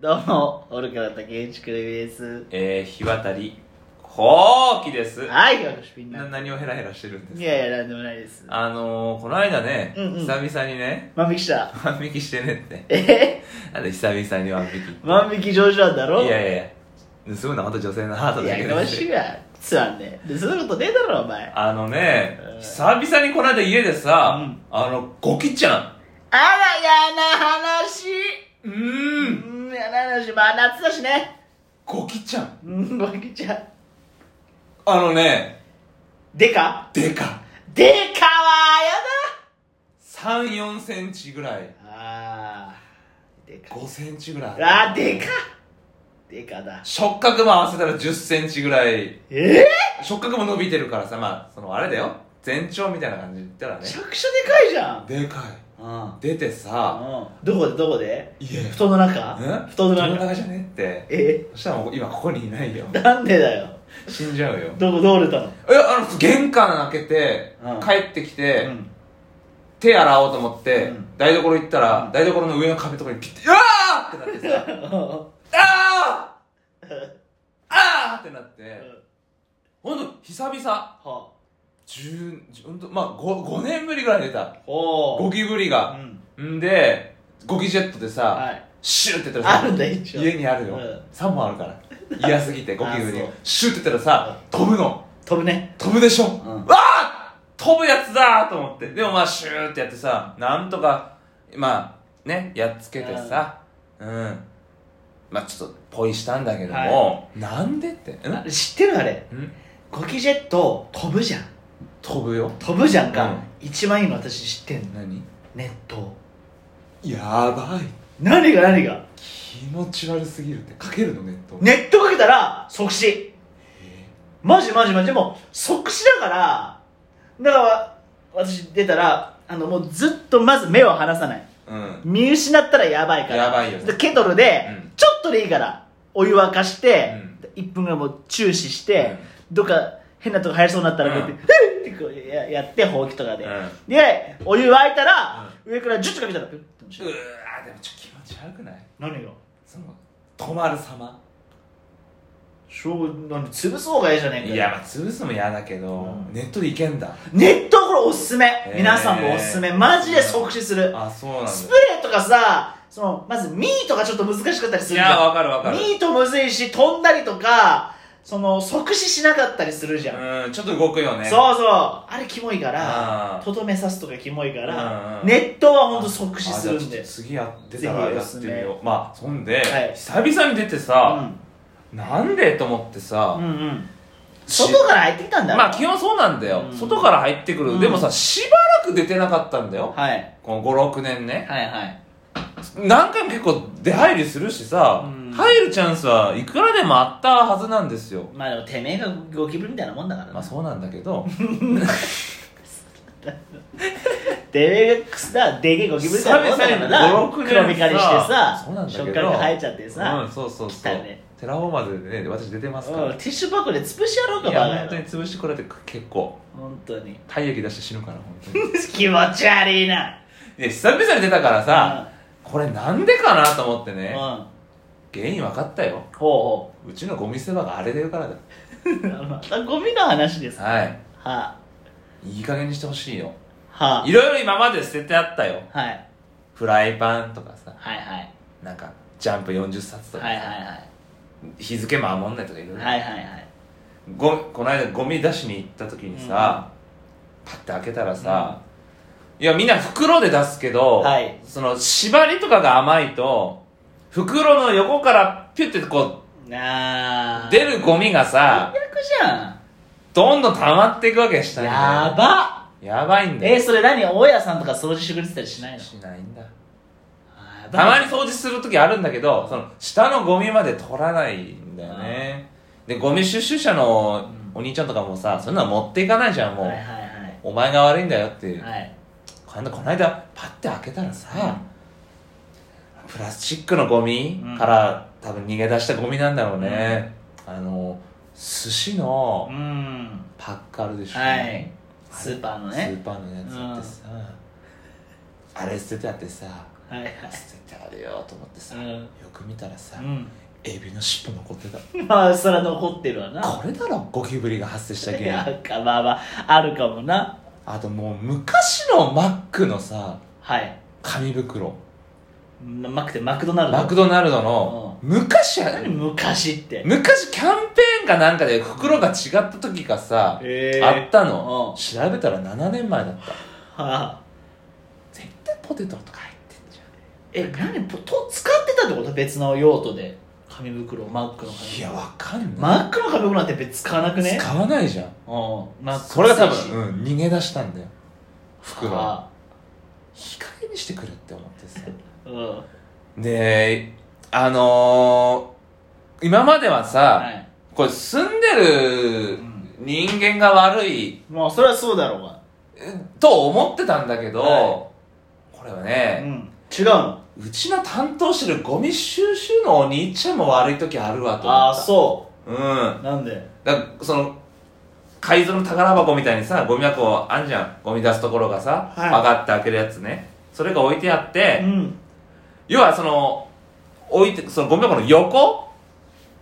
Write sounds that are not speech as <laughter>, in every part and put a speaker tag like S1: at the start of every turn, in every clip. S1: どうも、オルカの竹内くるみです。
S2: えー、日渡り、ほうきです。
S1: はい、よろしくみん
S2: な
S1: な。
S2: 何をヘラヘラしてるんです
S1: い
S2: か
S1: やいや、なんでもないです。
S2: あのー、この間ね、
S1: うんうん
S2: 久々にね、
S1: 万引きした。
S2: 万引きしてねって。
S1: え
S2: あの、久々に万引き。
S1: 万引き上手なんだろ
S2: いやいやいや、盗むのはまた女性のハートだ
S1: い
S2: け
S1: や、
S2: で
S1: 楽
S2: す
S1: しいわ。つまんねえ。で、そんなことねえだろ、お前。
S2: あのね
S1: う、ん
S2: 久々にこの間家でさ、
S1: うん
S2: あの、ゴキちゃ
S1: あら、やな話。
S2: ん。う
S1: う
S2: ーん。
S1: ん、やな話。まあ、夏だしね。
S2: ゴキちゃん。
S1: うん、万引きちゃん。
S2: あのね、
S1: でか
S2: でか。
S1: でかは、
S2: 3、4センチぐらい。
S1: やだ。あー、でか。
S2: 5センチぐらい。
S1: あー、でか。でかだ。
S2: 触覚も合わせたら10センチぐらい。
S1: え
S2: 触覚も伸びてるからさまあそのあれだよ全長みたいな感じで言ったら
S1: ー、
S2: ね
S1: めちゃくちゃでかいじゃん。
S2: でか
S1: うん。
S2: い出てさ
S1: うんどこでどこで
S2: 家
S1: 布団の中
S2: え
S1: 布団の
S2: の
S1: 中
S2: 中じゃねって
S1: え
S2: そしたらもう今ここにいないよ
S1: なんでだよ
S2: 死んじゃうよ
S1: どこどうれたの
S2: えあの玄関開けて
S1: うん
S2: 帰ってき
S1: う
S2: て、 <laughs>
S1: ん
S2: 手洗おうと思って、
S1: うん
S2: 台所行ったら、
S1: うん
S2: 台所の上の壁とかにピッて「うわー!」ってなって
S1: <laughs>
S2: さ「あーあー!」ってなって、ほんと久々
S1: は
S2: 10ほんとまあ 5, 5年ぶりぐらいに出た
S1: お
S2: ゴ
S1: お
S2: キブリが、
S1: うん
S2: んでゴキジェットでさ、
S1: はい
S2: シューって言ったら
S1: あ
S2: さ
S1: るんだ一応
S2: 家にあるよ、
S1: うん
S2: 3本あるから嫌すぎてゴキブリ
S1: <laughs> あそう
S2: シューって言ったらさ飛ぶの
S1: 飛ぶね
S2: 飛ぶでしょ、
S1: ん
S2: わあ飛ぶやつだと思ってでもまあシューってやってさなんとかまあねやっつけてさうんまあちょっとポイしたんだけども、なんでってん
S1: あ知ってるあれ
S2: ん
S1: ゴキジェット飛ぶじゃん
S2: 飛ぶよ
S1: 飛ぶじゃん
S2: う
S1: か
S2: ん
S1: 一番いいの私知ってんの
S2: 何
S1: ネット
S2: やばい
S1: 何が何が
S2: 気持ち悪すぎるってかけるのネット、
S1: ネットかけたら即死
S2: え
S1: マジマジマジでも即死だからだから私出たらあのもうずっとまず目を離さない
S2: ーうん
S1: 見失ったらやばいから
S2: やばいよね
S1: でケトルで、
S2: うん
S1: ちょっとでいいからお湯沸かして、
S2: うん
S1: 1分ぐらいもう注視して、どっか変なとこ入りそうになったらこうやって、ふいってこうややってほうきとかで、
S2: うん
S1: でお湯沸いたら、上からジュッとかけたらピュッて落ち
S2: う
S1: る
S2: わーでもちょっと気持ち悪くない
S1: 何が
S2: その止まる様
S1: しょうがない潰そうがいいじゃねえか
S2: いやまあ潰すのも嫌だけど、
S1: うん
S2: ネットでいけんだ
S1: ネットこれおすすめ
S2: ー
S1: 皆さんもおすすめマジで即死する
S2: あそうなんだ
S1: スプレーとかさそのまずミーとかちょっと難しかったりする
S2: い
S1: じゃ
S2: や
S1: ん
S2: わかるわかる
S1: ミートむずいし飛んだりとかその即死しなかったりするじゃん、
S2: うんちょっと動くよねう
S1: そうそうあれキモいから
S2: あー
S1: とどめ刺すとかキモいから、
S2: うんうん
S1: ネットはほんと即死するんで
S2: 次やってたら
S1: ぜひお
S2: や
S1: すす
S2: って
S1: め
S2: みようまあそんで、
S1: はい
S2: 久々に出てさ、なんでと思ってさ、
S1: うん、うんうん
S2: し
S1: 外から入ってきたんだろ
S2: まあ基本そうなんだよ、
S1: うん
S2: 外から入ってくる、
S1: うん
S2: でもさしばらく出てなかったんだよ
S1: はい
S2: この56年ね
S1: はいはい
S2: 何回も結構出入りするしさ、
S1: うん
S2: 入るチャンスはいくらでもあったはずなんですよ
S1: まあでもてめえがゴキブリみたいなもんだからな、
S2: まあそうなんだけど
S1: てめえがくすだでけえゴキブリみたいなもんだから
S2: 久
S1: な
S2: 々に
S1: 黒光りしてさ
S2: そうなんだけど
S1: 触覚生えちゃって
S2: う
S1: さ、
S2: ん、そうそう
S1: 来
S2: そ
S1: た
S2: う、
S1: ね
S2: テラフォーマーズでね私出てま
S1: う
S2: す
S1: ん
S2: から、
S1: ティッシュ箱で潰してやろうか
S2: い
S1: バ
S2: や
S1: カ野
S2: 本当に
S1: 郎
S2: 潰してこられて結構
S1: 本当に
S2: 体液出して死ぬから本当に <laughs>
S1: 気持ち悪いな
S2: で久々に出たからさ、これなんでかなと思って
S1: うん、
S2: ね、
S1: うん
S2: 原因分かったよ
S1: ほ
S2: うちのゴミ捨て場が荒れてるからだ
S1: う <laughs> ほうまたゴミの話ですは
S2: はい
S1: あ
S2: いい加減にしてほしいよ
S1: はあ
S2: いろいろ今まで捨ててあったよ
S1: はい
S2: フライパンとかさ
S1: はいはい
S2: なんかジャンプ40冊とかさ、
S1: はいは
S2: 日付守んないとかいろい
S1: い
S2: ろ、
S1: はいはいはいはい
S2: ごこの間ゴミ出しに行った時にさ、パッて開けたらさ、いやみんな袋で出すけど、
S1: はい
S2: その縛りとかが甘いと袋の横からピュッてこ
S1: なあ
S2: う出るゴミがさ
S1: 最悪じゃ
S2: どんどん溜まっていくわけ下
S1: ん
S2: にね
S1: やば
S2: やばいんだ
S1: え
S2: よ
S1: それ何大家さんとか掃除してくれてたりしないの
S2: しないんだ
S1: あーやば
S2: たま
S1: い
S2: に掃除する時あるんだけどその下のゴミまで取らないんだよねでゴミ収集車のお兄ちゃんとかもさそんなの持っていかないじゃんもう、
S1: はいはいはい
S2: お前が悪いんだよっていう、
S1: はい
S2: このこの間パッて開けたらさ、プラスチックのゴミ
S1: うん
S2: から、多分逃げ出したゴミなんだろうね、あの寿司の
S1: うん
S2: パックあるでしょ、
S1: はいスーパーのね
S2: スーパーのやつってさ、あれ捨ててあってさ
S1: はいはい
S2: 捨ててあるよと思ってさ、
S1: うん
S2: よく見たらさ、
S1: う
S2: エビの尻尾残ってた
S1: んまあそら残ってるわな
S2: これだろゴキブリが発生した
S1: い
S2: 原因
S1: やかまあまああるかもな
S2: あともう昔のマックのさ
S1: はい
S2: 紙袋
S1: まマクてマクドナルド
S2: マクドナルドの昔は
S1: 何昔って
S2: 昔キャンペーンかなんかで袋が違った時がさ、
S1: えー
S2: あった
S1: うん
S2: の調べたら7年前だった
S1: はあ
S2: 絶対ポテトとか入ってんじゃん
S1: え何ポと使ってたってこと別の用途で紙袋マックの紙袋
S2: いやわかん
S1: マ
S2: な
S1: ックの紙袋なんて別に使わなく
S2: い、
S1: ね
S2: 使わないじゃん
S1: うんマック
S2: それが多
S1: 臭いし
S2: 分、うん、逃げ出したんだよ袋は
S1: あ
S2: 日陰にしてくるって思ってさ
S1: あうん
S2: であのー、今まではさ、
S1: はい
S2: これ住んでる人間が悪い
S1: まあそれはそうだろうが
S2: と思ってたんだけど、
S1: は
S2: これは
S1: う
S2: ね、
S1: ん違うの
S2: うちの担当してるゴミ収集のお兄ちゃんも悪い時あるわと思った
S1: ああそう
S2: うんだか
S1: うなんで
S2: らその海賊の宝箱みたいにさゴミ箱あんじゃんゴミ出すところがさ、
S1: はい
S2: 上がって開けるやつねそれが置いてあって、
S1: うん
S2: 要はその置いてそのゴミ箱の横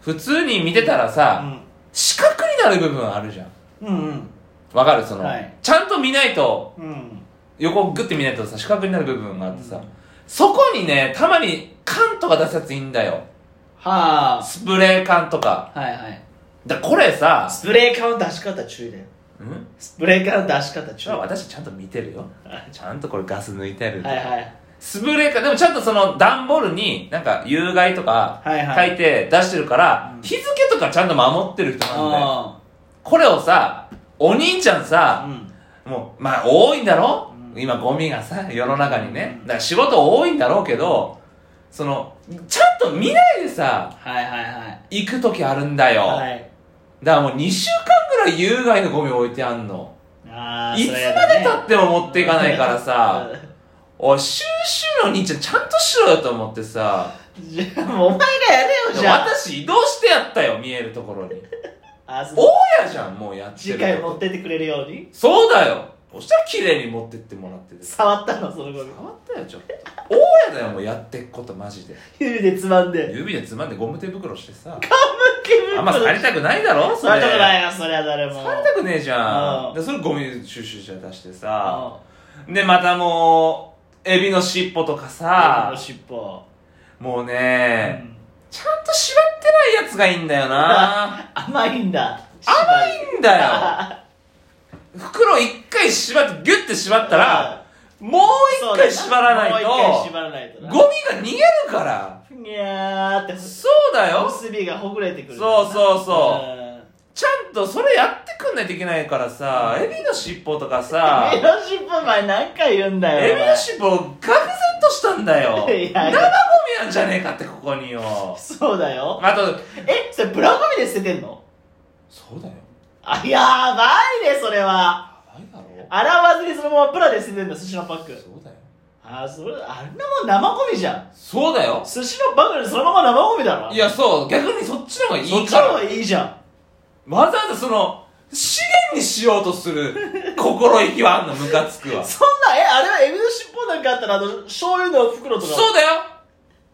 S2: 普通に見てたらさ、四角になる部分あるじゃん
S1: うんうん
S2: わかるその、
S1: はい
S2: ちゃんと見ないと
S1: うんうん
S2: 横をグッて見ないとさ四角になる部分があってさ、そこにねたまに缶とか出すやついいんだよ
S1: は
S2: スプレー缶とか
S1: あはいはい
S2: だこれさ
S1: スプレー缶の出し方注意だよ
S2: うん
S1: スプレー缶の出し方
S2: ち
S1: 注意
S2: ょ
S1: は
S2: 私ちゃんと見てるよ
S1: い
S2: ちゃんとこれガス抜いてある、
S1: はいはい
S2: スプレー缶でもちゃんとその段ボールになんか有害とか
S1: はいは
S2: 書
S1: い
S2: いて出してるから、
S1: うん
S2: 日付とかちゃんと守ってる人なんだよ
S1: あ
S2: これをさお兄ちゃん
S1: あう
S2: さ、
S1: ん
S2: もうまあ多いんだろ、
S1: うん
S2: 今ゴミがさ世の中にね
S1: うん
S2: だから仕事多いんだろうけどそのちゃんと見ないでさ
S1: はいはいはい
S2: 行く時あるんだよ、
S1: はい
S2: だからもう2週間ぐらい有害のゴミ置いてあんの
S1: ああ
S2: いつまでたっても持っていかないからさおい収集の兄ちゃんちゃんとしろよと思ってさ
S1: じゃあもうお前がやれよじゃあ
S2: 私移動してやったよ見えるところに
S1: あそう
S2: 大家じゃんもうやって
S1: 次
S2: る
S1: 回持ってってくれるように
S2: そうだよそしたら綺麗に持ってってもらってて
S1: 触ったのそのゴミ
S2: 触ったよちょっと大家だよもうやってっことマジで
S1: 指でつまんで
S2: 指でつまんでゴム手袋してさあ
S1: あ
S2: んま触りたくないだろそれ
S1: 触りたくないよそりゃ誰も
S2: 触りたくねえじゃ
S1: うんん
S2: でそれゴミ収集車出してさ
S1: あ
S2: でまたもうエビの尻尾とか
S1: あ
S2: さ
S1: 尻尾
S2: もう
S1: う
S2: ね
S1: ん
S2: ちゃんと縛ってないやつがいいんだ
S1: <laughs>
S2: よな
S1: 甘いんだ
S2: 甘いんだよ
S1: だ
S2: 袋一回縛ってギュッて縛ったらもう一回縛らないと
S1: もう一回縛らないとな
S2: ゴミが逃げるから
S1: ふにゃーって
S2: そうだよ
S1: 結びがほぐれてくる
S2: そうそうそう
S1: うん
S2: ちゃんとそれやってくんないといけないからさ、
S1: うん
S2: エビの尻尾と
S1: <laughs>
S2: かさ、
S1: エビの尻尾前何回言うんだ
S2: エ
S1: よ
S2: ビの尻尾を愕然としたんだ
S1: <laughs>
S2: よ。
S1: いやいや
S2: 生ゴミなんじゃねえかってここによ。
S1: そうだよ
S2: あと、
S1: えそれブラゴミで捨ててんの
S2: そうだよ。
S1: あやばいねそれは
S2: やばいだろ。
S1: 洗わずにそのままブラで捨ててんだ寿司のパック
S2: そうだよ。
S1: あーそれあんなもん生ゴミじゃん
S2: そうだよ。
S1: 寿司のバッグでそのまま生ゴミだろ
S2: いや、そう、逆にそっちの方がい
S1: そっ
S2: い
S1: ち
S2: か
S1: の方
S2: ら
S1: が。いいじゃん
S2: わざわざその、資源にしようとする心意気はあんの、ムカつくわ。そ
S1: そんなえあれはエビの尻尾なんかあったらあの醤油の袋とか
S2: うだよ。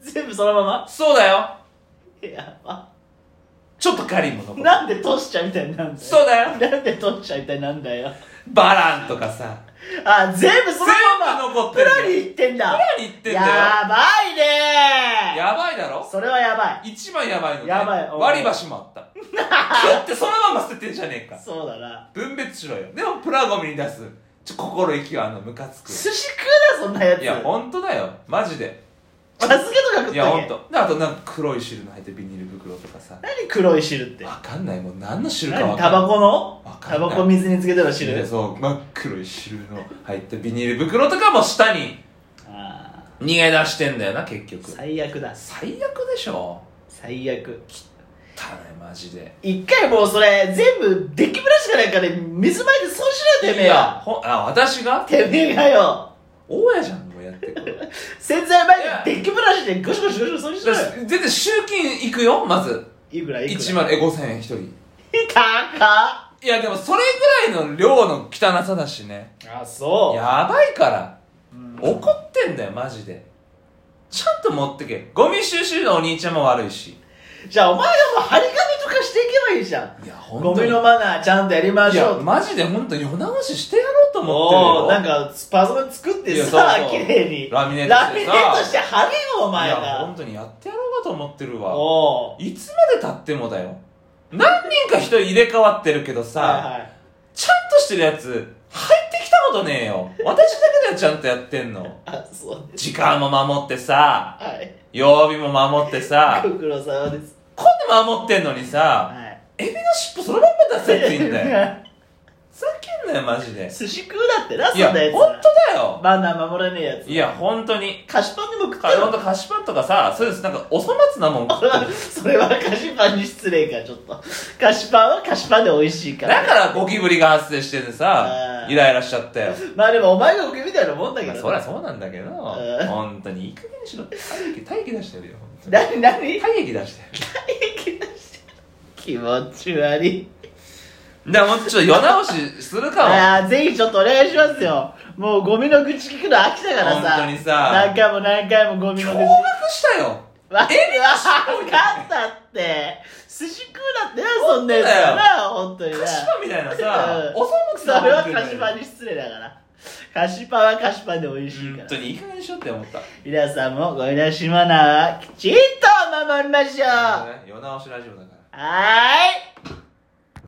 S1: 全部そのまま
S2: そうだよ。
S1: いやば
S2: ちょっとカリも残る。
S1: なんでトシちゃんみたいになんだよ
S2: そうだよ。
S1: なんでトシちゃんみたいになんだよ
S2: バランとかさ。
S1: あ全部そのま
S2: 全
S1: ま
S2: 部残って
S1: プ
S2: る
S1: ラにいってんだ
S2: プラに行ってんだよ
S1: やばいね
S2: やばいだろ
S1: それはやば
S2: 一番やばいのね
S1: やばいおう
S2: 割り箸もあったキュってそのまま捨ててんじゃねえ
S1: い
S2: か
S1: そうだな
S2: 分別しろよでもプラゴミに出すちょ心意気はあのムカつく
S1: 寿
S2: わ
S1: 司食うなそんなやつ
S2: いや本当だよマジで
S1: 茶漬けとか食った
S2: いや
S1: け
S2: 本当。であとなんか黒い汁の入ったビニール袋とかさ
S1: 何黒い汁って
S2: わかんないもう何の汁かわ
S1: 何
S2: か
S1: タ
S2: んない
S1: バコの
S2: わか
S1: タ
S2: んない
S1: バコ水につけたら汁
S2: いやそう真っ黒い汁の入ったビニール袋とかも下に
S1: あ
S2: 逃げ出してんだよな結
S1: ー
S2: 局
S1: 最悪だ
S2: 最悪でしょ
S1: 最悪
S2: 汚いマジで
S1: 一回もうそれ全部デッキブラシかなんかで水まいて損しろよてめえは
S2: ほんあ私が
S1: てめえがよ
S2: 大家じゃんもうやってくる
S1: 洗剤まいてデッキブラシでゴシゴシゴシゴシ損しろよ
S2: 全然集金行くよまず
S1: いくらいくら
S2: 1万え5000円1人
S1: 高
S2: いやでもそれぐらいの量の汚さだしね
S1: っあそ
S2: やばいから
S1: ううん
S2: 怒ってんだよマジでちゃんと持ってけゴミ収集のお兄ちゃんも悪いし
S1: じゃあお前はもう張り紙とかしていけばいいじゃん
S2: いや本当
S1: ゴ
S2: に
S1: ミのマナーちゃんとやりま
S2: い
S1: しょ
S2: や
S1: う
S2: マジで本当に世直ししてやろうと
S1: もう
S2: 思って
S1: なん
S2: るよ
S1: かパソコン作って
S2: いや
S1: さ
S2: そうそう
S1: 綺麗に
S2: ラミネートし
S1: ラミ
S2: てさ
S1: ネートして貼れよお
S2: い
S1: 前
S2: や本
S1: が
S2: 当にやってやろうかと思ってるわ
S1: おう
S2: いつまで経ってもだよ何人か人入れ替わってるけどさ、
S1: はいはい
S2: ちゃんとしてるやつ入ってきたことねえよ私だけだよちゃんとやってんの
S1: あそうです
S2: 時間も守ってさ
S1: はい
S2: 曜日も守ってさ
S1: ご苦労様です
S2: こんで守ってんのにさ
S1: はい
S2: エビの尻尾そのまんま出せって言うんだよふざけんなよマジ
S1: <laughs>
S2: で
S1: 寿司食うだってなそ
S2: い
S1: ん
S2: や
S1: なやつ
S2: 本当だよ
S1: マナー守らねえやつ
S2: いや本当に
S1: 菓子パンでも食った
S2: かほん
S1: よ
S2: と菓子パンとかさそうですなんかお粗末なもん食って
S1: <laughs>
S2: る
S1: それは菓子パンに失礼かちょっと菓子パンは菓子パンで美味しいか
S2: だ
S1: ら
S2: からゴキブリが発生しててさ
S1: あー
S2: イライラしちゃったよ
S1: まあでもお前が受けみたいなもんだけ
S2: ま
S1: ど
S2: あ
S1: ね
S2: そりゃそうなんだけど
S1: ん
S2: 本当にいい加減にしろって体液体液出してるよ本当に
S1: 何何 <laughs>
S2: 体液出してる
S1: 気持ち悪い
S2: じゃあもうちょっと世直しする
S1: <laughs>
S2: か
S1: ああぜひちょっとお願いしますよもうゴミの愚痴聞くの飽きたからさ
S2: 本当にさ
S1: 何回も何回もゴ
S2: も
S1: ミ
S2: 驚
S1: の
S2: 愕
S1: 愚痴
S2: したよ
S1: わか
S2: えみんな
S1: ったって寿司食うなってなそんなやつだな本当にな
S2: 菓子パンみたいなさ
S1: うん
S2: お粗
S1: そ
S2: 末
S1: れ
S2: なもん
S1: は
S2: 食って
S1: 菓子
S2: る
S1: パンに失礼だから菓子パンは菓子パンで美味しいか
S2: 本
S1: ら
S2: 当にいい加減にしろって思った
S1: 皆さんもゴミ出しマナーはきちんと守りましょう
S2: 世直しラジオだから
S1: はーい